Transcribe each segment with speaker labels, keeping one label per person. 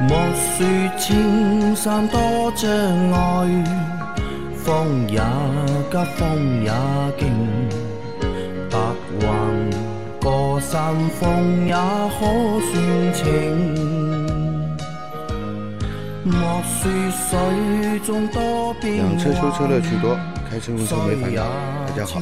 Speaker 1: 莫说千山多障碍，風也急，風也勁，白雲過山峰也可算情。莫說水中多變
Speaker 2: 养车修车乐趣多
Speaker 1: 幻，
Speaker 2: 开车用车没烦恼。大家好，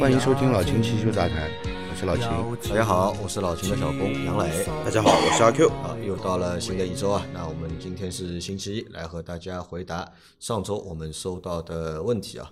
Speaker 2: 欢迎收听老秦汽修杂谈，我是老秦。
Speaker 3: 大家好，我是老秦的小工杨磊。
Speaker 4: 大家好，我是阿 Q。
Speaker 3: 啊，又到了新的一周啊，那我们今天是星期一，来和大家回答上周我们收到的问题啊。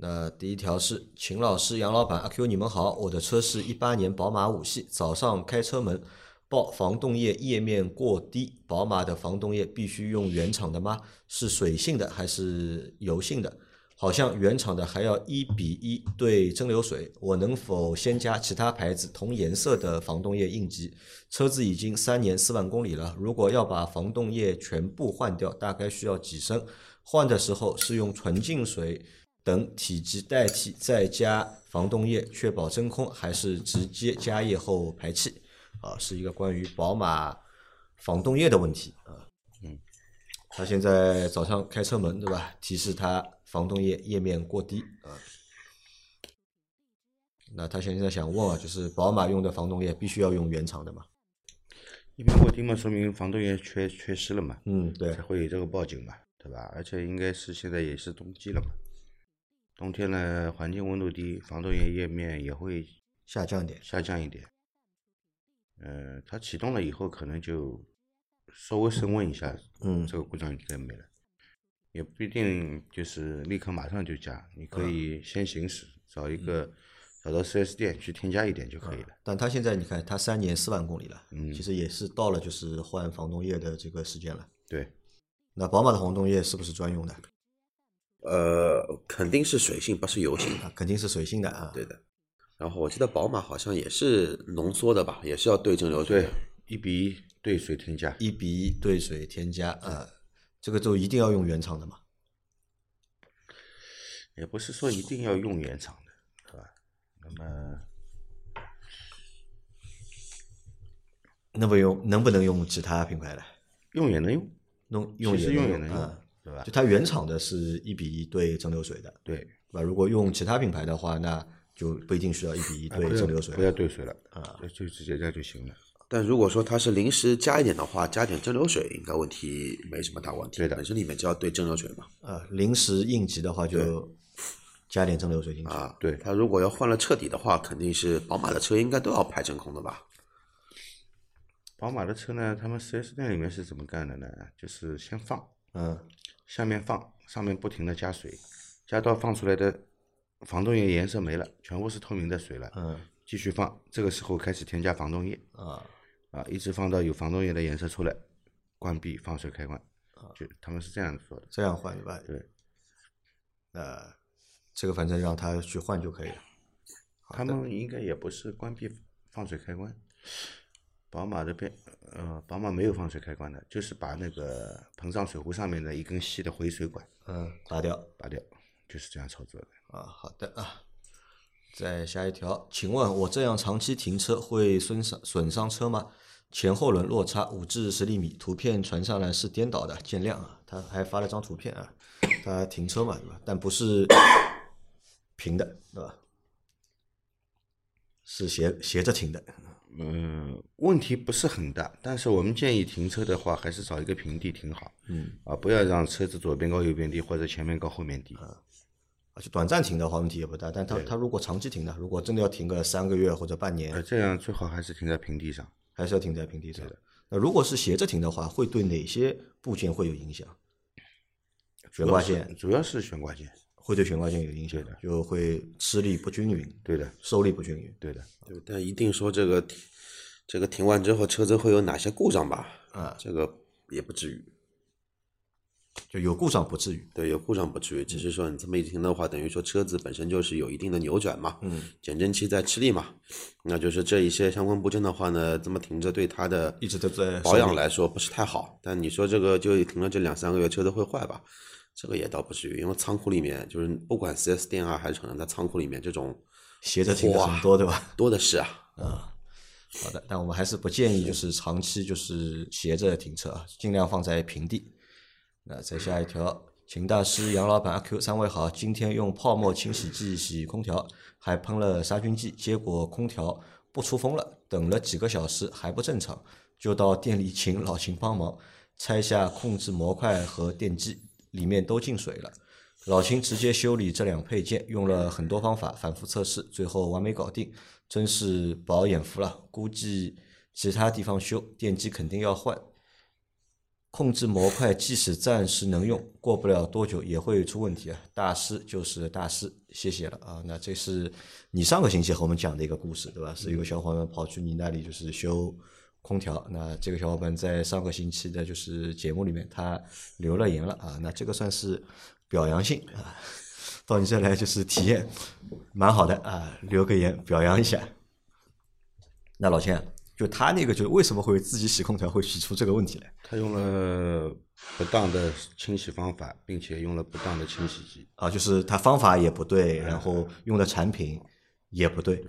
Speaker 3: 那第一条是秦老师、杨老板、阿 Q，你们好，我的车是一八年宝马五系，早上开车门报防冻液液面过低，宝马的防冻液必须用原厂的吗？是水性的还是油性的？好像原厂的还要一比一对蒸馏水，我能否先加其他牌子同颜色的防冻液应急？车子已经三年四万公里了，如果要把防冻液全部换掉，大概需要几升？换的时候是用纯净水等体积代替，再加防冻液，确保真空，还是直接加液后排气？啊，是一个关于宝马防冻液的问题啊。他现在早上开车门对吧？提示他防冻液液面过低啊。那他现在想问啊，就是宝马用的防冻液必须要用原厂的嘛？
Speaker 2: 一般过低嘛，说明防冻液缺缺失了嘛，
Speaker 3: 嗯，对
Speaker 2: 才，会有这个报警嘛，对吧？而且应该是现在也是冬季了嘛，冬天呢环境温度低，防冻液液面也会
Speaker 3: 下降一点。
Speaker 2: 下降一点。呃，它启动了以后可能就稍微升温一下，
Speaker 3: 嗯
Speaker 2: 这个故障应该没了，也不一定就是立刻马上就加，你可以先行驶，找一个找到 4S 店去添加一点就可以了。
Speaker 3: 但他现在你看，他三年四万公里了，其实也是到了就是换防冻液的这个时间了。
Speaker 2: 对，
Speaker 3: 那宝马的防冻液是不是专用的？
Speaker 4: 呃，肯定是水性，不是油性的。
Speaker 3: 啊，肯定是水性的啊。
Speaker 4: 对的。然后我记得宝马好像也是浓缩的吧，也是要对蒸馏
Speaker 2: 对
Speaker 4: 水的。，
Speaker 2: 一比一对水添加，
Speaker 3: 一比一兑水添加啊，这个就一定要用原厂的嘛。
Speaker 2: 也不是说一定要用原厂的，对吧？那么
Speaker 3: 那不用能不能用其他品牌的？
Speaker 2: 用也能用，
Speaker 3: 用用
Speaker 2: 其
Speaker 3: 也
Speaker 2: 实
Speaker 3: 能
Speaker 2: 也能
Speaker 3: 啊
Speaker 2: 用，对吧
Speaker 3: 就？它原厂的是一比一对蒸馏水的，
Speaker 2: 对，
Speaker 3: 对吧？如果用其他品牌的话，那就不一定需要一比一
Speaker 2: 啊
Speaker 3: 对
Speaker 2: 不要
Speaker 3: 蒸馏水
Speaker 2: 不
Speaker 3: 了。
Speaker 2: 要兑水了啊，就直接这样就行了。
Speaker 4: 但如果说它是临时加一点的话，加点蒸馏水应该问题没什么大问题。
Speaker 2: 对的
Speaker 4: 本身里面就要对蒸馏水嘛。
Speaker 3: 啊，临时应急的话就加点蒸馏水进去。
Speaker 4: 啊，
Speaker 2: 对
Speaker 4: 它如果要换了彻底的话，肯定是宝马的车应该都要排真空的吧？
Speaker 2: 宝马的车呢，他们 4S 店里面是怎么干的呢？就是先放，
Speaker 3: 嗯
Speaker 2: 下面放，上面不停的加水，加到放出来的防冻液颜色没了，全部是透明的水了，
Speaker 3: 嗯
Speaker 2: 继续放，这个时候开始添加防冻液
Speaker 3: 啊
Speaker 2: 啊，一直放到有防冻液的颜色出来，关闭放水开关，
Speaker 3: 啊
Speaker 2: 就他们是这样做的。
Speaker 3: 这样换对吧？
Speaker 2: 对，
Speaker 3: 那这个反正让他去换就可以了。
Speaker 2: 他们应该也不是关闭放水开关，宝马这边呃，宝马没有放水开关的，就是把那个膨胀水壶上面的一根细的回水管
Speaker 3: 嗯，拔掉。
Speaker 2: 拔掉，就是这样操作的。
Speaker 3: 啊，好的啊。再下一条，请问我这样长期停车会损伤损伤车吗？前后轮落差五至十厘米，图片传上来是颠倒的，见谅啊。他还发了张图片啊，他停车嘛，对吧？但不是 平的，对吧？是斜斜着停的，
Speaker 2: 嗯，问题不是很大，但是我们建议停车的话，还是找一个平地停好。
Speaker 3: 嗯，
Speaker 2: 啊，不要让车子左边高右边低，或者前面高后面低。
Speaker 3: 而啊且短暂停的话问题也不大，但他
Speaker 2: 对
Speaker 3: 他如果长期停的，如果真的要停个三个月或者半
Speaker 2: 呃，
Speaker 3: 年，
Speaker 2: 这样最好还是停在平地上。
Speaker 3: 还是要停在平地上。那如果是斜着停的话，会对哪些部件会有影响？悬挂
Speaker 2: 主要是
Speaker 3: 线
Speaker 2: 主要是悬挂线。
Speaker 3: 会对悬挂线有影响
Speaker 2: 对的，
Speaker 3: 就会吃力不均匀，
Speaker 2: 对的，
Speaker 3: 受力不均匀
Speaker 2: 对的。
Speaker 4: 对，但一定说这个停这个停完之后车子会有哪些故障吧？
Speaker 3: 啊，
Speaker 4: 这个也不至于。
Speaker 3: 就有故障不至于。
Speaker 4: 对，有故障不至于，只是说你这么一停的话，等于说车子本身就是有一定的扭转嘛，
Speaker 3: 嗯，
Speaker 4: 减震器在吃力嘛，那就是这一些相关部件的话呢，这么停着对它的
Speaker 3: 一直都在
Speaker 4: 保
Speaker 3: 受
Speaker 4: 养
Speaker 3: 力
Speaker 4: 来说不是太好。但你说这个就停了这两三个月，车子会坏吧？这个也倒不至于，因为仓库里面就是不管 4S 店啊还是厂商，在仓库里面这种
Speaker 3: 斜着停的
Speaker 4: 哇
Speaker 3: 很多，对吧？
Speaker 4: 多的是啊。
Speaker 3: 啊，好的，但我们还是不建议就是长期就是斜着停车啊，尽量放在平地。那再下一条，秦大师、杨老板、阿 Q 三位好，今天用泡沫清洗剂洗空调，还喷了杀菌剂，结果空调不出风了，等了几个小时还不正常，就到店里请老秦帮忙拆下控制模块和电机，里面都进水了。老秦直接修理这两配件，用了很多方法反复测试，最后完美搞定，真是饱眼福了。估计其他地方修电机肯定要换，控制模块即使暂时能用，过不了多久也会出问题啊！大师就是大师，谢谢了啊！那这是你上个星期和我们讲的一个故事，对吧？是一个小伙伴跑去你那里就是修空调，那这个小伙伴在上个星期的就是节目里面他留了言了啊！那这个算是表扬性啊，到你这来就是体验蛮好的啊，留个言表扬一下。那老钱，就他那个就是为什么会自己洗空调会洗出这个问题来？
Speaker 2: 他用了不当的清洗方法，并且用了不当的清洗剂。
Speaker 3: 啊，就是它方法也不对，然后用的产品也不对，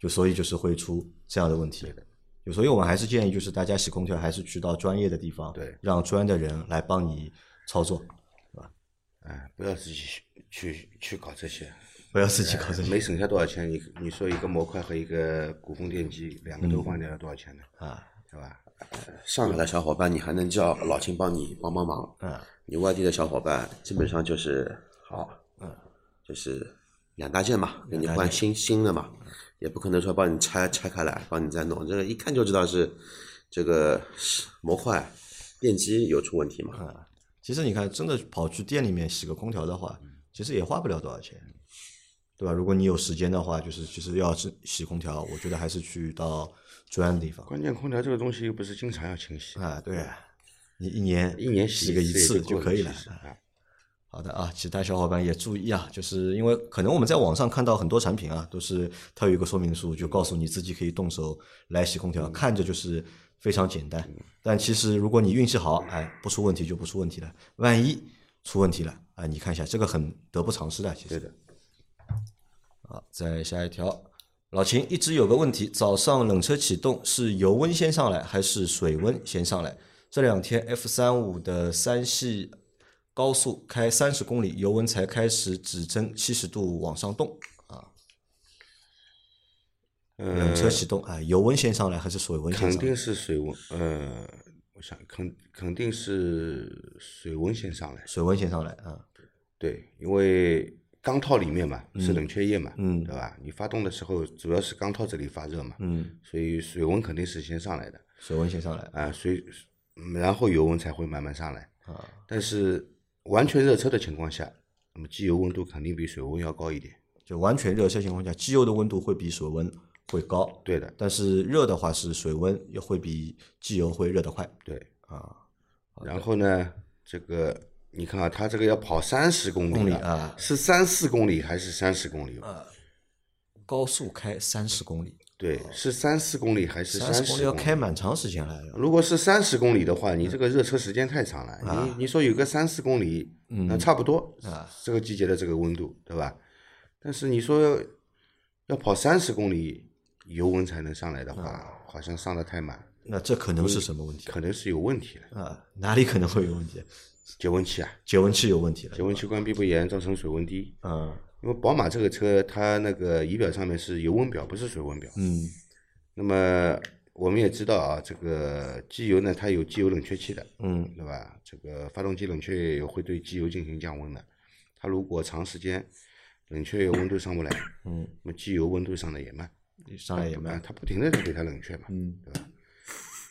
Speaker 3: 就所以就是会出这样的问题。就所以我们还是建议，就是大家洗空调还是去到专业的地方，
Speaker 2: 对
Speaker 3: 让专业的人来帮你操作，
Speaker 2: 哎，不要自己去去去搞这些，
Speaker 3: 不要自己搞这些
Speaker 2: 没省下多少钱。你你说一个模块和一个鼓风电机两个都换掉了多少钱呢？
Speaker 3: 嗯啊。
Speaker 2: 对吧？
Speaker 4: 上海的小伙伴，你还能叫老秦帮你帮帮忙。
Speaker 3: 嗯，
Speaker 4: 你外地的小伙伴基本上就是好，
Speaker 3: 嗯，
Speaker 4: 就是两大件嘛，给你
Speaker 3: 两大件
Speaker 4: 换新新的嘛，也不可能说帮你拆拆开来，帮你再弄，这个一看就知道是这个模块电机有出问题嘛。
Speaker 3: 嗯其实你看，真的跑去店里面洗个空调的话，其实也花不了多少钱，对吧？如果你有时间的话，就是其实要是洗空调，我觉得还是去到专业的地方
Speaker 2: 关键空调这个东西又不是经常要清洗，
Speaker 3: 啊。对啊，你一年
Speaker 2: 一年
Speaker 3: 洗
Speaker 2: 洗
Speaker 3: 个
Speaker 2: 一
Speaker 3: 次
Speaker 2: 次
Speaker 3: 就可以了。
Speaker 2: 啊，
Speaker 3: 好的啊，其他小伙伴也注意啊，就是因为可能我们在网上看到很多产品啊，都是它有一个说明书，就告诉你自己可以动手来洗空调，看着就是非常简单，
Speaker 2: 嗯
Speaker 3: 但其实如果你运气好，哎，不出问题就不出问题了，万一出问题了，哎，你看一下，这个很得不偿失的，其实。
Speaker 2: 对的。
Speaker 3: 好，再下一条，老秦一直有个问题：早上冷车启动是油温先上来还是水温先上来？这两天 F 三五的三系高速开三十公里，油温才开始指针七十度往上动。啊冷车启动，哎，油温先上来还是水温先
Speaker 2: 呃肯
Speaker 3: 上来
Speaker 2: 定？是水温，呃，我想肯肯定是水温先上来，
Speaker 3: 水温先上来啊，
Speaker 2: 对，因为钢套里面嘛是冷却液嘛，
Speaker 3: 嗯
Speaker 2: 对吧？你发动的时候主要是钢套这里发热嘛，
Speaker 3: 嗯，
Speaker 2: 所以水温肯定是先上来的
Speaker 3: 水温先上来
Speaker 2: 啊，水，嗯然后油温才会慢慢上来。
Speaker 3: 啊，
Speaker 2: 但是完全热车的情况下，那么机油温度肯定比水温要高一点，
Speaker 3: 就完全热车情况下，机油的温度会比水温会高，
Speaker 2: 对的，
Speaker 3: 但是热的话是水温也会比机油会热得快
Speaker 2: 对。
Speaker 3: 啊。
Speaker 2: 然后呢，这个你看啊，它这个要跑三十公
Speaker 3: 公里
Speaker 2: 里了
Speaker 3: 啊
Speaker 2: 呃是三四公里还是三十公里？
Speaker 3: 高速开三十公里，
Speaker 2: 对，是三四公里还是
Speaker 3: 哦三十公
Speaker 2: 公
Speaker 3: 里要开蛮长时间了要。
Speaker 2: 如果是三十公里的话，你这个热车时间太长了。你你说有个三四公里，那差不多、这个季节的这个温度，对吧？但是你说要要跑三十公里，油温才能上来的
Speaker 3: 嗯
Speaker 2: 话，好像上的太满，
Speaker 3: 那这可能是什么问题
Speaker 2: 可能是有问题了。
Speaker 3: 啊？哪里可能会有问题？
Speaker 2: 节温器啊，
Speaker 3: 节温器有问题了
Speaker 2: 节温器关闭不严，造成水温低。
Speaker 3: 啊？
Speaker 2: 因为宝马这个车，它那个仪表上面是油温表，不是水温表。
Speaker 3: 嗯
Speaker 2: 那么我们也知道啊，这个机油呢，它有机油冷却器的，
Speaker 3: 嗯
Speaker 2: 对吧？这个发动机冷却液也会对机油进行降温的。它如果长时间冷却液温度上不来，
Speaker 3: 嗯，
Speaker 2: 那么机油温度上的也慢，
Speaker 3: 上来也
Speaker 2: 啊
Speaker 3: 慢。
Speaker 2: 它不停的在给它冷却嘛。
Speaker 3: 嗯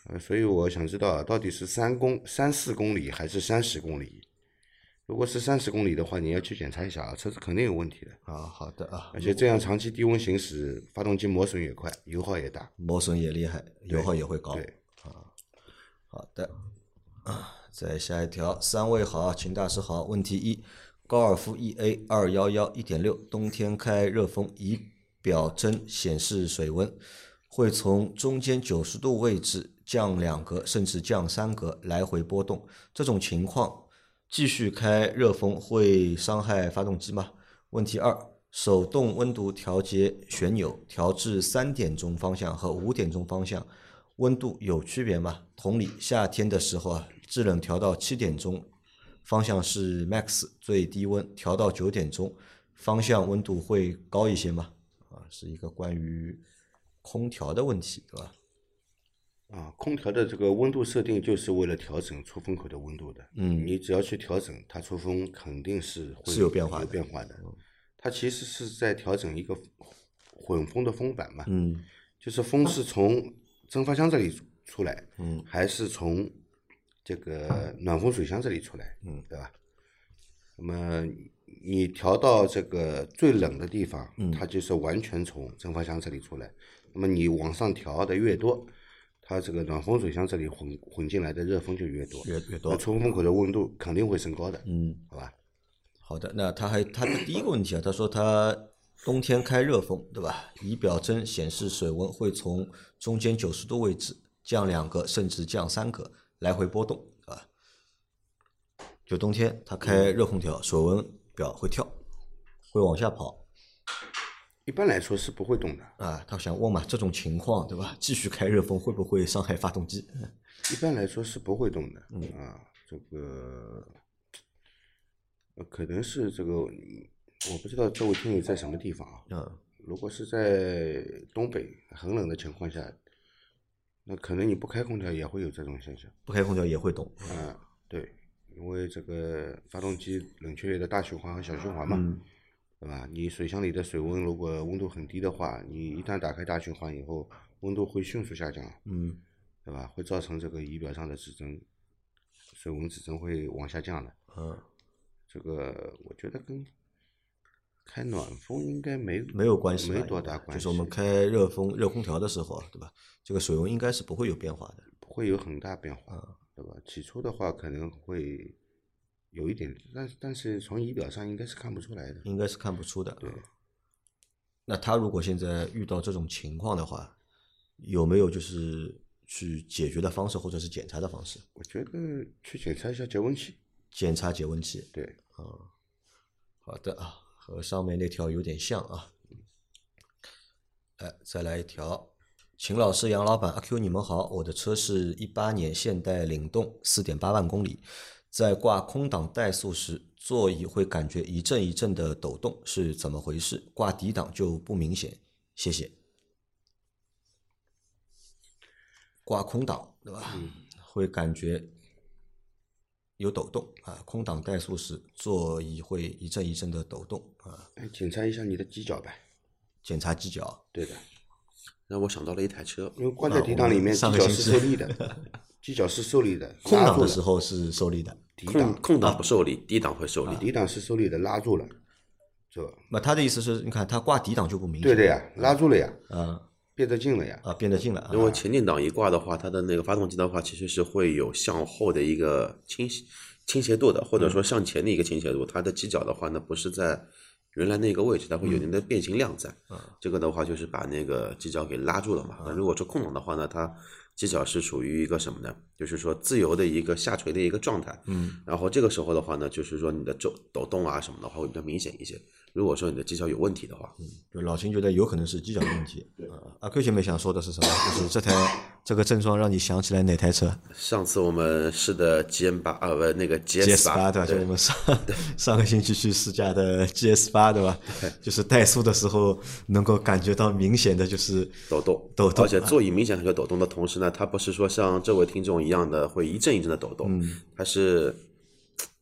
Speaker 2: 呃，所以我想知道啊到底是三公三四公里还是三十公里？如果是三十公里的话，你要去检查一下啊，车子肯定有问题的。
Speaker 3: 啊，好的啊
Speaker 2: 而，且这样长期低温行驶，发动机磨损也快，油耗也大。
Speaker 3: 磨损也厉害，油耗也会高。
Speaker 2: 对，
Speaker 3: 好的，啊，再下一条，三位好，秦大师好。问题一：高尔夫 EA 二幺幺一点六，冬天开热风，仪表针显示水温会从中间九十度位置降两格，甚至降三格，来回波动。这种情况继续开热风会伤害发动机吗？问题二：手动温度调节旋钮调至三点钟方向和五点钟方向，温度有区别吗？同理，夏天的时候啊，制冷调到七点钟，方向是 max 最低温；调到九点钟，方向温度会高一些吗？啊，是一个关于空调的问题，对吧？
Speaker 2: 啊，空调的这个温度设定就是为了调整出风口的温度的。
Speaker 3: 嗯
Speaker 2: 你只要去调整，它出风肯定是会
Speaker 3: 是有变化的嗯
Speaker 2: 有变化的。它其实是在调整一个混风的风板嘛，
Speaker 3: 嗯
Speaker 2: 就是风是从蒸发箱这里出来，
Speaker 3: 嗯，
Speaker 2: 还是从这个暖风水箱这里出来，
Speaker 3: 嗯，
Speaker 2: 对吧？那么你调到这个最冷的地方，
Speaker 3: 嗯
Speaker 2: 它就是完全从蒸发箱这里出来。那么你往上调的越多，它这个暖风水箱这里混混进来的热风就越多，
Speaker 3: 越越多
Speaker 2: 那出风口的温度肯定会升高的，
Speaker 3: 嗯，
Speaker 2: 好吧？
Speaker 3: 好的，那他还他的第一个问题啊，他说他冬天开热风，对吧？仪表针显示水温会从中间九十度位置降两个，甚至降三个，来回波动，对吧？就冬天他开热空调，水温表会跳，会往下跑
Speaker 2: 一般来说是不会动的，
Speaker 3: 啊。他想问嘛，这种情况，对吧？继续开热风会不会伤害发动机？
Speaker 2: 一般来说是不会动的，啊，这个呃可能是这个，我不知道这位听友在什么地方啊。
Speaker 3: 嗯
Speaker 2: 如果是在东北很冷的情况下，那可能你不开空调也会有这种现象
Speaker 3: 不开空调也会动。
Speaker 2: 啊。对，因为这个呃发动机冷却液的大循环和小循环嘛，
Speaker 3: 嗯
Speaker 2: 对吧？你水箱里的水温如果温度很低的话，你一旦打开大循环以后，温度会迅速下降。
Speaker 3: 嗯
Speaker 2: 对吧？会造成这个仪表上的指针，水温指针会往下降的。
Speaker 3: 嗯，
Speaker 2: 这个我觉得跟开暖风应该没
Speaker 3: 没有关系吧，
Speaker 2: 没多大关系，
Speaker 3: 就是我们开热风、热空调的时候啊，对吧？这个水温应该是不会有变化的。
Speaker 2: 不会有很大变化，
Speaker 3: 嗯
Speaker 2: 对吧？起初的话可能会有一点，但但是从仪表上应该是看不出来的。
Speaker 3: 应该是看不出的。对。那他如果现在遇到这种情况的话，有没有就是去解决的方式，或者是检查的方式？
Speaker 2: 我觉得去检查一下节温器，
Speaker 3: 检查节温器。
Speaker 2: 对，
Speaker 3: 啊好的啊，和上面那条有点像啊。哎，再来一条。秦老师、杨老板、阿 Q，你们好，我的车是一八年现代领动，四点八万公里，在挂空挡怠速时，座椅会感觉一阵一阵的抖动，是怎么回事？挂底档就不明显，谢谢。挂空挡对吧？会感觉有抖动啊，空挡怠速时座椅会一阵一阵的抖动啊。
Speaker 2: 哎检查一下你的犄角呗。
Speaker 3: 检查犄角，
Speaker 2: 对的，
Speaker 4: 让我想到了一台车，
Speaker 2: 因为关在底档里面，
Speaker 3: 上
Speaker 2: 犄
Speaker 3: 个
Speaker 2: 角
Speaker 3: 星
Speaker 2: 是
Speaker 3: 期
Speaker 2: 受力的， 犄角是受力的，
Speaker 3: 空
Speaker 2: 拉
Speaker 3: 挡
Speaker 2: 住
Speaker 3: 的
Speaker 2: 了
Speaker 3: 时候是受力的。
Speaker 2: 底
Speaker 4: 空
Speaker 2: 档啊
Speaker 4: 空档啊不受力，低档会受力。
Speaker 2: 底档是受力的，拉住了，是吧？
Speaker 3: 那他的意思是，你看他挂底档就不明显。
Speaker 2: 对的呀，拉住了呀，
Speaker 3: 啊
Speaker 2: 变得近了呀。
Speaker 3: 啊，变得近了啊
Speaker 4: 如。果前进档一挂的话，它的那个发动机的话，其实是会有向后的一个倾斜倾斜度的，或者说向前的一个倾斜度。它的犄角的话呢，不是在原来那个位置，它会有您的变形量在。这个的话就是把那个犄角给拉住了嘛。那如果说空档的话呢，它犄角是处于一个什么呢？就是说自由的一个下垂的一个状态。
Speaker 3: 嗯，
Speaker 4: 然后这个时候的话呢，就是说你的抖抖动啊什么的话会比较明显一些。如果说你的犄角有问题的话，
Speaker 3: 就啊老秦觉得有可能是犄角的问题。啊，阿 Q 前面想说的是什么？就是这台这个症状让你想起来哪台车
Speaker 4: 上次我们试的 GM 八啊，不那个
Speaker 3: ？GS
Speaker 4: 8
Speaker 3: 八对吧？就我们上 上个星期去试驾的 GS 八对吧？就是怠速的时候能够感觉到明显的就是
Speaker 4: 抖动，
Speaker 3: 抖动
Speaker 4: 而且座椅明显感觉抖动的同时呢，它不是说像这位听众一样的会一阵一阵的抖动，
Speaker 3: 嗯
Speaker 4: 它是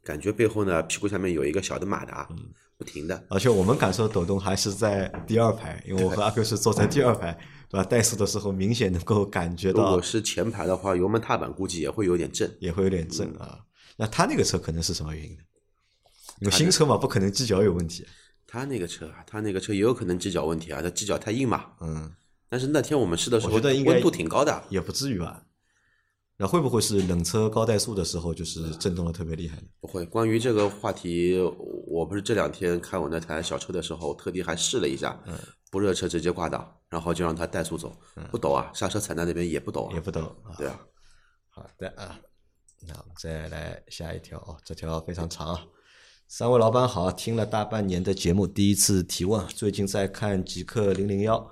Speaker 4: 感觉背后呢屁股下面有一个小的马
Speaker 3: 嗯
Speaker 4: 达，不停的。
Speaker 3: 而且我们感受抖动还是在第二排，因为我和阿 Q 是坐在第二 排，对吧？怠速的时候明显能够感觉
Speaker 4: 如
Speaker 3: 到
Speaker 4: 果是前排的话，油门踏板估计也会有点震。
Speaker 3: 也会有点震啊。那他那个车可能是什么原因呢？因为新车嘛，不可能犄角有问题。
Speaker 4: 它那个车，啊它那个车也有可能犄角问题啊，它犄角太硬嘛。
Speaker 3: 嗯，
Speaker 4: 但是那天我们试的时候，
Speaker 3: 我觉得应该
Speaker 4: 温度挺高的，
Speaker 3: 也不至于吧？那会不会是冷车高怠速的时候就是震动的特别厉害呢？
Speaker 4: 不会，关于这个话题，我不是这两天开我那台小车的时候，特地还试了一下，
Speaker 3: 嗯
Speaker 4: 不热车直接挂档，然后就让它怠速走，不抖啊，刹车踩在那边也不抖啊
Speaker 3: 也，不懂啊。
Speaker 4: 对啊，
Speaker 3: 好的啊，那我们再来下一条哦，这条非常长啊。三位老板好，听了大半年的节目，第一次提问。最近在看极客零零幺，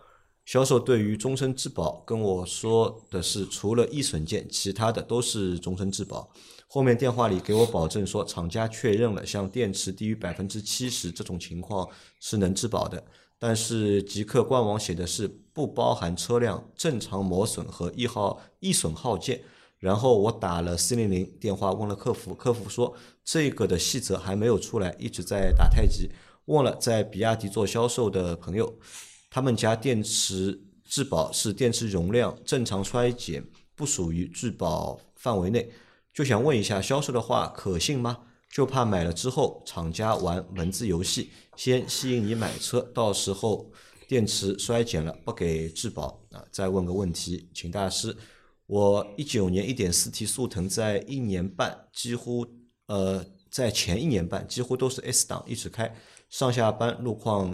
Speaker 3: 销售对于终身质保跟我说的是，除了易损件，其他的都是终身质保。后面电话里给我保证说，厂家确认了像电池低于百分之七十这种情况是能质保的，但是极客官网写的是不包含车辆正常磨损和易耗易损耗件。然后我打了四零零电话问了客服，客服说这个的细则还没有出来，一直在打太极。问了在比亚迪做销售的朋友，他们家电池质保是电池容量正常衰减，不属于质保范围内。就想问一下，销售的话可信吗？就怕买了之后厂家玩文字游戏，先吸引你买车，到时候电池衰减了不给质保啊。再问个问题，请大师。我一九年一点四 T 速腾在一年半几乎呃在前一年半几乎都是 S 档一直开，上下班路况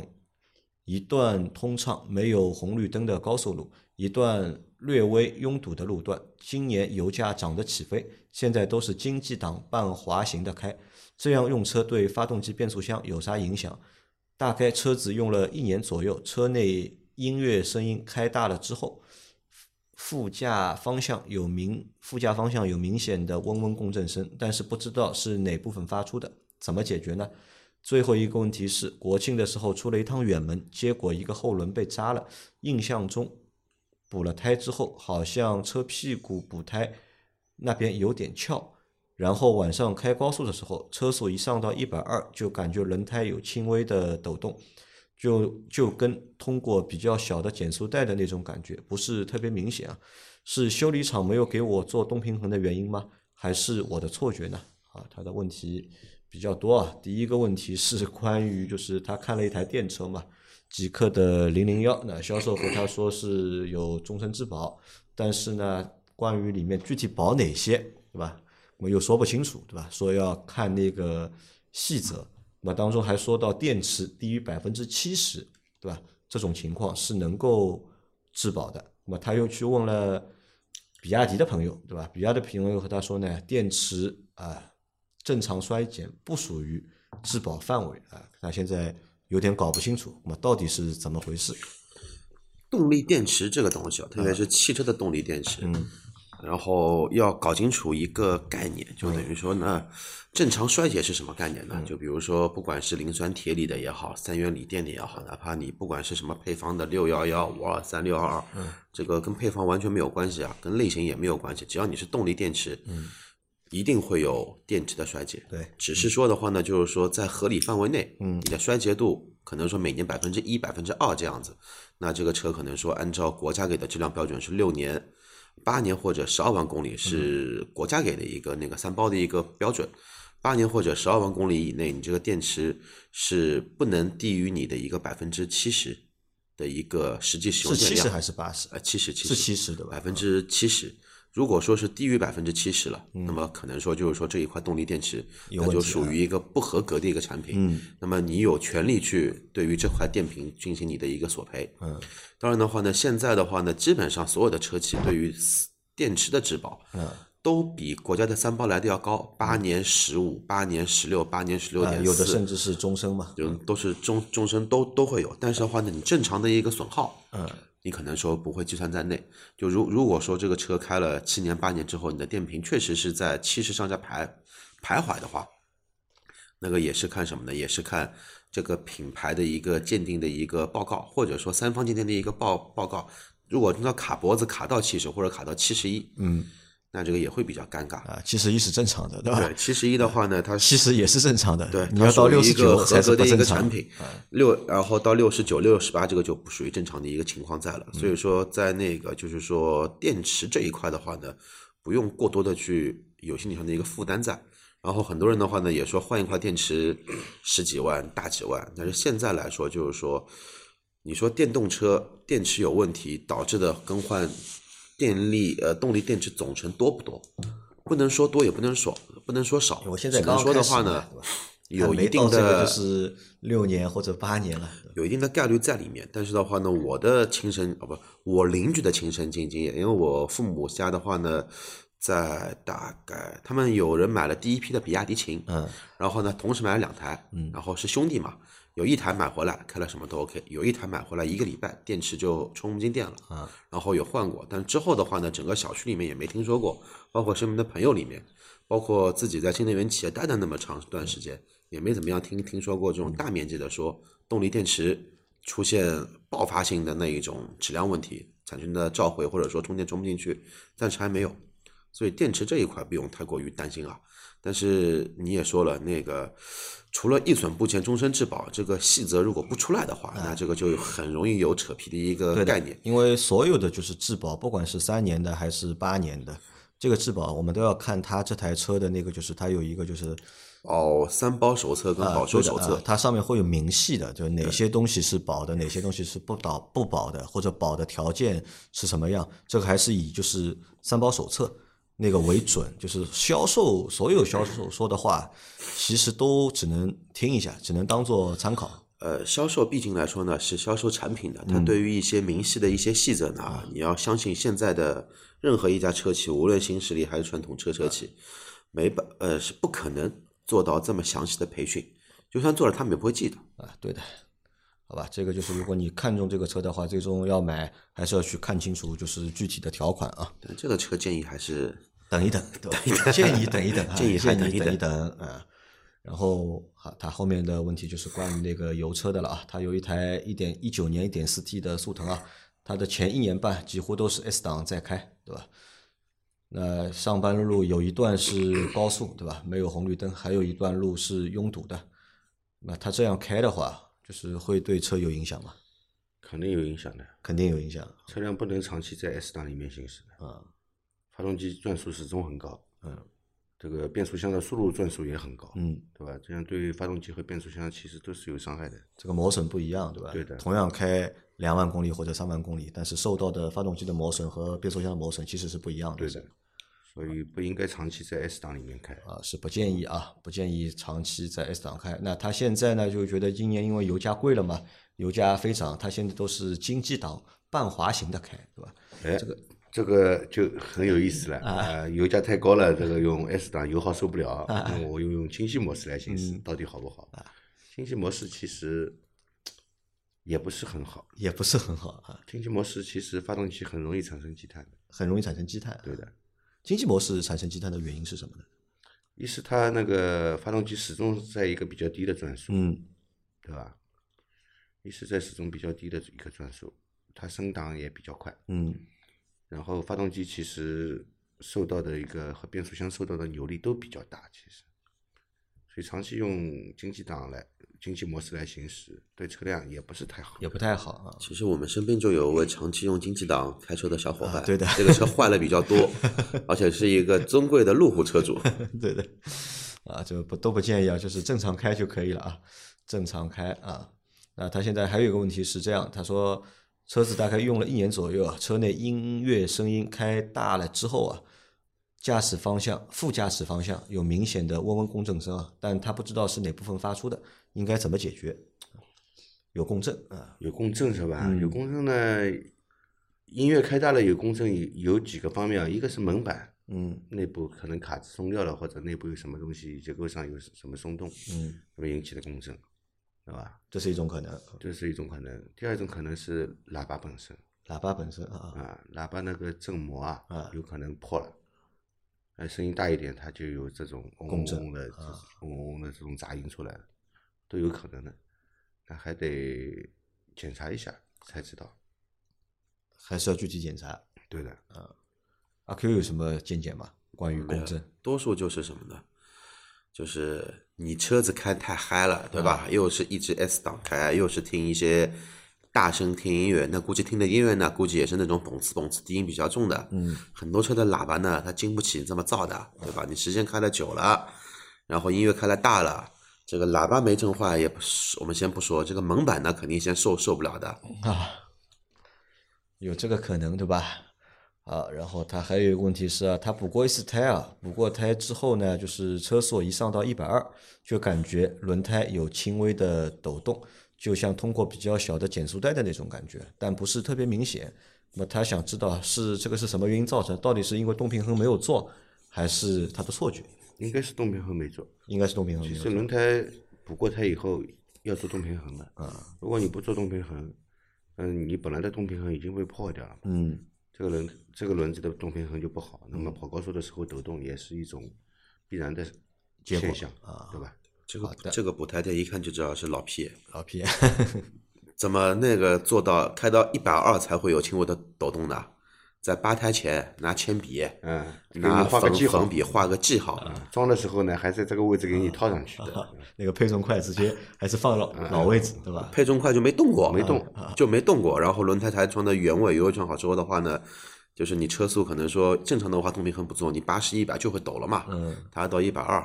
Speaker 3: 一段通畅，没有红绿灯的高速路，一段略微拥堵的路段。今年油价涨得起飞，现在都是经济档半滑行的开，这样用车对发动机变速箱有啥影响？大概车子用了一年左右，车内音乐声音开大了之后。副驾方向有明副驾方向有明显的嗡嗡共振声，但是不知道是哪部分发出的，怎么解决呢？最后一个问题是，国庆的时候出了一趟远门，结果一个后轮被扎了，印象中补了胎之后，好像车屁股补胎那边有点翘，然后晚上开高速的时候，车速一上到一百二，就感觉轮胎有轻微的抖动。就就跟通过比较小的减速带的那种感觉，不是特别明显啊，是修理厂没有给我做动平衡的原因吗？还是我的错觉呢？啊，他的问题比较多啊。第一个问题是 关于就是他看了一台电车嘛，极客的零零幺，那销售和他说是有终身质保，但是呢，关于里面具体保哪些，对吧？我们又说不清楚，对吧？说要看那个细则。那么当中还说到电池低于百分之七十，对吧？这种情况是能够质保的。那么他又去问了比亚迪的朋友，对吧？比亚迪朋友和他说呢，电池啊、呃、正常衰减不属于质保范围啊。那现在有点搞不清楚，那么到底是怎么回事？
Speaker 4: 动力电池这个东西啊，特别是汽车的动力电池，
Speaker 3: 嗯，
Speaker 4: 然后要搞清楚一个概念，就等于说呢，正常衰竭是什么概念呢？就比如说，不管是磷酸铁锂的也好，三元锂电的也好，哪怕你不管是什么配方的六幺幺、五二三、六二二，这个跟配方完全没有关系啊，跟类型也没有关系，只要你是动力电池，一定会有电池的衰竭。
Speaker 3: 对
Speaker 4: 只是说的话呢，就是说在合理范围内，
Speaker 3: 嗯
Speaker 4: 你的衰竭度可能说每年百分之一、百分之二这样子，那这个车可能说按照国家给的质量标准是六年、八年或者十二万公里是
Speaker 3: 嗯
Speaker 4: 国家给的一个那个三包的一个标准，八年或者十二万公里以内，你这个电池是不能低于你的一个百分之七十的一个实际使用
Speaker 3: 是
Speaker 4: 电
Speaker 3: 七
Speaker 4: 量
Speaker 3: 十还是八十？
Speaker 4: 呃，七十，
Speaker 3: 是70对吧
Speaker 4: 百分之七十。如果说是低于百分之七十了，那么可能说就是说这一块动力电池，
Speaker 3: 有
Speaker 4: 那
Speaker 3: 问
Speaker 4: 就
Speaker 3: 题
Speaker 4: 属
Speaker 3: 了
Speaker 4: 于一个不合格的一个产品。
Speaker 3: 嗯，
Speaker 4: 那么你有权利去对于这块电瓶进行你的一个索赔。
Speaker 3: 嗯，
Speaker 4: 当然的话呢，现在的话呢，基本上所有的车企对于电池的质保，
Speaker 3: 嗯，
Speaker 4: 都比国家的三包来的要高，八年十五、八年十六、八年十六
Speaker 3: 啊，
Speaker 4: 点
Speaker 3: 有的甚
Speaker 4: 四，
Speaker 3: 至是终身嘛。
Speaker 4: 就都是终终身都都会有。但是的话呢，你正常的一个损耗，
Speaker 3: 嗯，
Speaker 4: 你可能说不会计算在内。就如如果说这个车开了七年八年之后，你的电瓶确实是在七十上下徘徘徊的话，那个也是看什么呢？也是看这个品牌的一个鉴定的一个报告，或者说三方鉴定的一个报报告。如果真的卡脖子卡到七十或者卡到七十一，
Speaker 3: 嗯，
Speaker 4: 那这个也会比较尴尬。
Speaker 3: 啊，七十一是正常的，对吧
Speaker 4: 对，？七十一的话呢，它
Speaker 3: 七十也是正常的，
Speaker 4: 对，
Speaker 3: 你
Speaker 4: 它
Speaker 3: 要到
Speaker 4: 属于
Speaker 3: 六十
Speaker 4: 一个
Speaker 3: 九
Speaker 4: 合
Speaker 3: 才是
Speaker 4: 格
Speaker 3: 不
Speaker 4: 的一
Speaker 3: 正
Speaker 4: 个
Speaker 3: 常啊
Speaker 4: 产品。六，然后到六十九、六十八，这个就不属于正常的一个情况在了。所
Speaker 3: 嗯
Speaker 4: 以说，在那个就是说电池这一块的话呢，不用过多的去有心理上的一个负担在。然后很多人的话呢，也说换一块电池十几万、大几万，但是现在来说，就是说，你说电动车电池有问题导致的更换电力呃动力电池总成多不多？不能说多，也不能说不能说少。
Speaker 3: 我现在
Speaker 4: 只能
Speaker 3: 刚
Speaker 4: 说的
Speaker 3: 开始
Speaker 4: 话
Speaker 3: 嘛
Speaker 4: 呢，
Speaker 3: 对吧还
Speaker 4: 有
Speaker 3: 没
Speaker 4: 一定
Speaker 3: 到这个
Speaker 4: 的
Speaker 3: 就是六年或者八年了。
Speaker 4: 有一定的概率在里面。但是的话呢，我的亲身哦不，我邻居的亲身经验，因为我父母家的话呢，在大概他们有人买了第一批的比亚迪秦，
Speaker 3: 嗯，
Speaker 4: 然后呢，同时买了两台，嗯，然后是兄弟嘛，有一台买回来开了什么都 OK，有一台买回来一个礼拜电池就充不进电了，
Speaker 3: 啊，
Speaker 4: 然后有换过，但之后的话呢，整个小区里面也没听说过，包括身边的朋友里面，包括自己在新能源企业待的那么长段时间，也没怎么样听听说过这种大面积的说动力电池出现爆发性的那一种质量问题产生的召回，或者说充电充不进去，暂时还没有。所以电池这一块不用太过于担心啊。但是你也说了，那个除了一损不前终身质保这个细则如果不出来的话，那这个就很容易有扯皮的一个
Speaker 3: 嗯对的
Speaker 4: 概念。
Speaker 3: 因为所有的就是质保，不管是三年的还是八年的，这个质保我们都要看它这台车的那个，就是它有一个就是
Speaker 4: 保哦三包手册跟
Speaker 3: 啊
Speaker 4: 保修手
Speaker 3: 对的
Speaker 4: 册，
Speaker 3: 啊它上面会有明细的，就哪些东西是保的，哪些东西是不保不保的，或者保的条件是什么样，这个还是以就是三包手册那个为准，就是销售所有销售说的话，其实都只能听一下，只能当做参考。
Speaker 4: 呃，销售毕竟来说呢是销售产品的，
Speaker 3: 嗯
Speaker 4: 它对于一些明细的一些细则呢，
Speaker 3: 啊
Speaker 4: 你要相信现在的任何一家车企，无论新势力还是传统车车企，没办呃是不可能做到这么详细的培训，就算做了他们也不会记得。
Speaker 3: 啊，对的，好吧，这个就是如果你看中这个车的话，最终要买还是要去看清楚，就是具体的条款啊。
Speaker 4: 但这个车建议还是
Speaker 3: 等一等，对吧？ 建议等一等啊，
Speaker 4: 建议还
Speaker 3: 建
Speaker 4: 等一
Speaker 3: 议
Speaker 4: 等
Speaker 3: 一等啊。然后好，它后面的问题就是关于那个油车的了啊，它有一台一点一九年一点四 T 的速腾啊，它的前一年半几乎都是 S 档在开，对吧？那上班路有一段是高速，对吧？没有红绿灯，还有一段路是拥堵的。那它这样开的话，就是会对车有影响吗？
Speaker 2: 肯定有影响的。
Speaker 3: 肯定有影响。
Speaker 2: 车辆不能长期在 S 档里面行驶的，
Speaker 3: 啊，
Speaker 2: 发动机转速始终很高，
Speaker 3: 嗯
Speaker 2: 这个变速箱的速度转速也很高，
Speaker 3: 嗯，
Speaker 2: 对吧？这样对发动机和变速箱其实都是有伤害的。
Speaker 3: 这个磨损不一样，对吧？
Speaker 2: 对的
Speaker 3: 同样开两万公里或者三万公里，但是受到的发动机的磨损和变速箱的磨损其实是不一样的。
Speaker 2: 对的，所以不应该长期在 S 档里面开。
Speaker 3: 啊，是不建议啊，不建议长期在 S 档开。那他现在呢，就觉得今年因为油价贵了嘛，油价飞涨，他现在都是经济档半滑行的开，对吧？
Speaker 2: 哎，这个这个就很有意思了啊、呃油价太高了，这个用 S 档油耗受不了，那我又用清晰模式来行驶，到底好不好？清晰模式其实也不是很好，
Speaker 3: 也不是很好啊，
Speaker 2: 清晰模式其实发动机很容易产生积碳的。
Speaker 3: 很容易产生积碳。啊
Speaker 2: 对的，
Speaker 3: 经济模式产生积碳的原因是什么呢？
Speaker 2: 一是它那个发动机始终在一个比较低的转速，
Speaker 3: 嗯
Speaker 2: 对吧？一是在始终比较低的一个转速，它升档也比较快，
Speaker 3: 嗯
Speaker 2: 然后发动机其实受到的一个和变速箱受到的扭力都比较大，其实，所以长期用经济档来经济模式来行驶，对车辆也不是太好。
Speaker 3: 也不太好啊。
Speaker 4: 其实我们身边就有位长期用经济档开车的小伙伴，
Speaker 3: 啊对的
Speaker 4: 这个车坏了比较 多，而且是一个尊贵的路虎车主。
Speaker 3: 对的，啊，这不都不建议啊，就是正常开就可以了啊，正常开啊。那他现在还有一个问题是这样，他说车子大概用了一年左右啊，车内音乐声音开大了之后啊，驾驶方向、副驾驶方向有明显的嗡嗡共振声啊，但他不知道是哪部分发出的，应该怎么解决？有共振啊，
Speaker 2: 有共振是吧？有共振呢，音乐开大了有共振，有有几个方面啊，一个是门板
Speaker 3: 嗯
Speaker 2: 内部可能卡子松掉了，或者内部有什么东西结构上有什么松动，
Speaker 3: 嗯，
Speaker 2: 那么引起的共振，对吧？
Speaker 3: 这是一种可能，
Speaker 2: 这是一种可能。第二种可能是喇叭本身，
Speaker 3: 喇叭本身啊，
Speaker 2: 啊，喇叭那个振膜啊，
Speaker 3: 啊
Speaker 2: 有可能破了，呃，声音大一点，它就有这种嗡嗡
Speaker 3: 共振啊
Speaker 2: 嗡的、这嗡嗡的这种杂音出来了，都有可能的，那还得检查一下才知道。
Speaker 3: 还是要具体检查。
Speaker 2: 对的，
Speaker 3: 阿 Q 有什么见解吗？关于共振？
Speaker 4: 多数就是什么呢？就是你车子开太嗨了，对吧？又是一直 S 档开，又是听一些大声听音乐，那估计听的音乐呢，估计也是那种蹦次蹦次低音比较重的。嗯，很多车的喇叭呢，它经不起这么噪的，对吧？你时间开的久了，然后音乐开的大了。这个喇叭没震坏也不是，我们先不说，这个门板呢肯定先受受不了的，
Speaker 3: 啊，有这个可能对吧？啊，然后他还有一个问题是啊，他补过一次胎啊，补过胎之后呢，就是车速一上到一百二，就感觉轮胎有轻微的抖动，就像通过比较小的减速带的那种感觉，但不是特别明显。那么他想知道是这个是什么原因造成，到底是因为动平衡没有做，还是他的错觉？
Speaker 2: 应该是动平衡没做。
Speaker 3: 应该是动平衡没
Speaker 2: 其
Speaker 3: 有
Speaker 2: 实
Speaker 3: 做。
Speaker 2: 轮胎补过胎以后要做动平衡的。啊，如果你不做动平衡，嗯，你本来的动平衡已经被破掉了嘛，
Speaker 3: 嗯
Speaker 2: 这个轮这个轮子的动平衡就不好。那么跑高速的时候抖动也是一种必然的
Speaker 3: 结果啊
Speaker 2: 现象，对吧？
Speaker 4: 这个这个补胎店一看就知道是老屁，
Speaker 3: 老皮，
Speaker 4: 怎么那个做到开到一百二才会有轻微的抖动呢？在八胎前拿铅笔，
Speaker 2: 嗯，给你
Speaker 4: 拿
Speaker 2: 画个
Speaker 4: 粉
Speaker 2: 记号嗯啊
Speaker 4: 粉，笔画个记号，
Speaker 2: 装的时候呢还在这个位置给你套上
Speaker 3: 啊
Speaker 2: 去的。
Speaker 3: 那个配重快直接还是放老老位置，对吧？
Speaker 4: 配重块就没动过，
Speaker 2: 没动，
Speaker 4: 就没动过。然后轮胎才装的原位，油油装好之后的话呢，就是你车速可能说正常的话动平衡不做，你八十一百就会抖了嘛，
Speaker 3: 嗯，
Speaker 4: 它到一百二，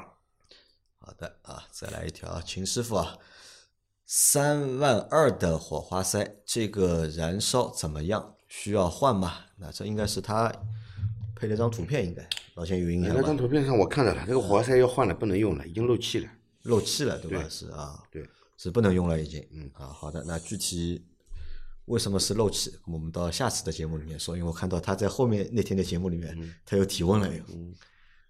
Speaker 3: 好的啊，再来一条啊，秦师傅啊，三万二的火花塞，这个燃烧怎么样？需要换吗？那这应该是他配了张图片，应该老钱有印象
Speaker 2: 那张
Speaker 3: 吧？
Speaker 2: 图片上我看到了，这个活塞要换了，不能用了，已经漏气了。
Speaker 3: 漏气了，对吧？是啊，
Speaker 2: 对，
Speaker 3: 是不能用了已经。嗯啊，好的，那具体为什么是漏气？我们到下次的节目里面说，因为我看到他在后面那天的节目里面，他又提问了又。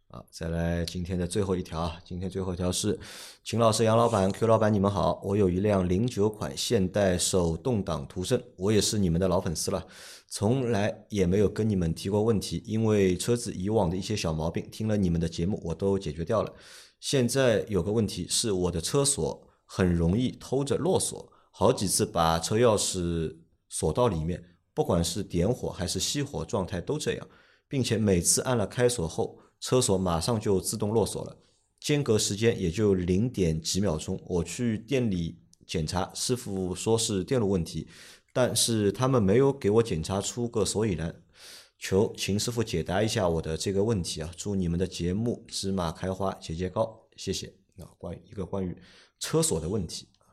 Speaker 3: 啊，再来今天的最后一条啊，今天最后一条是秦老师、杨老板、Q 老板，你们好，我有一辆零九款现代手动挡途胜，我也是你们的老粉丝了，从来也没有跟你们提过问题，因为车子以往的一些小毛病，听了你们的节目我都解决掉了。现在有个问题是我的车锁很容易偷着落锁，好几次把车钥匙锁到里面，不管是点火还是熄火状态都这样，并且每次按了开锁后，车锁马上就自动落锁了，间隔时间也就零点几秒钟。我去店里检查，师傅说是电路问题，但是他们没有给我检查出个所以然。求秦师傅解答一下我的这个问题啊！祝你们的节目芝麻开花节节高，谢谢。那关于一个关于车锁的问题，啊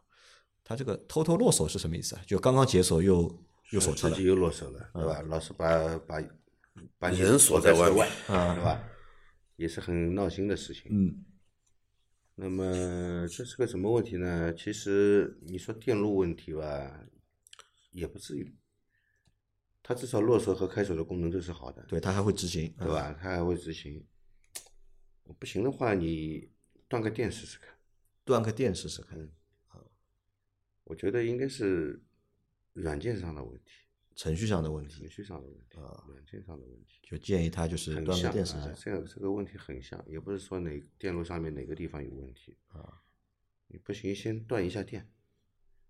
Speaker 3: 他这个偷偷落锁是什么意思啊？就刚刚解锁又又锁车
Speaker 2: 自
Speaker 3: 了嗯
Speaker 2: 己又落手了，对吧？老是把把把你
Speaker 4: 人锁在
Speaker 2: 车
Speaker 4: 外面
Speaker 2: 外，
Speaker 3: 啊
Speaker 2: 对吧？也是很闹心的事情。
Speaker 3: 嗯
Speaker 2: 那么这是个什么问题呢？其实你说电路问题吧，也不至于，它至少落手和开锁的功能都是好的，
Speaker 3: 对他还会执行，啊
Speaker 2: 对吧？它还会执行。不行的话，你断个电试试看。
Speaker 3: 断个电试试看，
Speaker 2: 我觉得应该是软件上的问题，
Speaker 3: 程序上的问
Speaker 2: 程
Speaker 3: 题，
Speaker 2: 序上的问题，软件上的问题。
Speaker 3: 啊就建议他就是
Speaker 2: 很
Speaker 3: 断个
Speaker 2: 像
Speaker 3: 电试试
Speaker 2: 啊
Speaker 3: 看。
Speaker 2: 这个这个问题很像，也不是说哪电路上面哪个地方有问题啊。你不行，先断一下电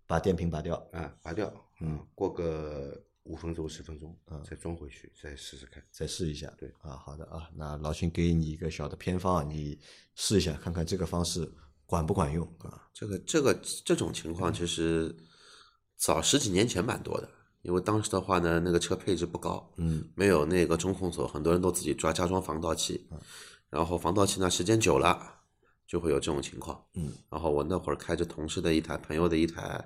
Speaker 3: 把电瓶拔掉。
Speaker 2: 啊，拔掉，嗯，过个五分钟十分钟，啊
Speaker 4: 嗯
Speaker 2: 再装回去，再试试看。
Speaker 3: 再试一下，
Speaker 2: 对
Speaker 3: 啊，好的啊，那老秦给你一个小的偏方啊，你试一下看看这个方式管不管用啊？
Speaker 4: 这个这个这种情况其实早十几年前蛮多的，因为当时的话呢，那个车配置不高，
Speaker 3: 嗯，
Speaker 4: 没有那个中控锁，很多人都自己抓加装防盗器，然后防盗器呢时间久了就会有这种情况，
Speaker 3: 嗯，
Speaker 4: 然后我那会儿开着同事的一台朋友的一台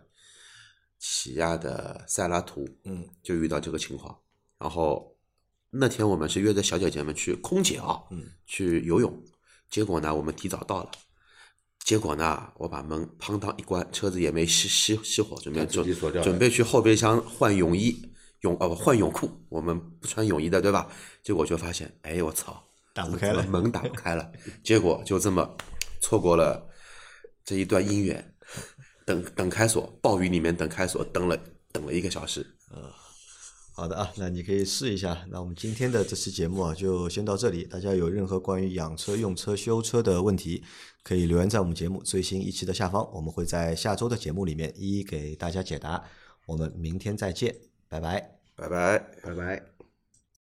Speaker 4: 起亚的塞拉图，
Speaker 3: 嗯，
Speaker 4: 就遇到这个情况，然后那天我们是约着小姐姐们去空姐啊，
Speaker 3: 嗯，
Speaker 4: 去游泳，结果呢我们提早到了。结果呢，我把门砰当一关，车子也没熄熄熄火，准备
Speaker 2: 自己锁掉了
Speaker 4: 准准备去后备箱换泳衣泳哦不换泳裤，我们不穿泳衣的对吧？结果就发现，哎我操，
Speaker 3: 打不开了
Speaker 4: 怎么门打不开了，结果就这么错过了这一段姻缘。等等开锁，暴雨里面等开锁，等了等了一个小时，
Speaker 3: 好的啊，那你可以试一下。那我们今天的这期节目啊，就先到这里。大家有任何关于养车、用车、修车的问题，可以留言在我们节目最新一期的下方，我们会在下周的节目里面一一给大家解答。我们明天再见，拜拜。
Speaker 4: 拜拜。
Speaker 2: 拜拜。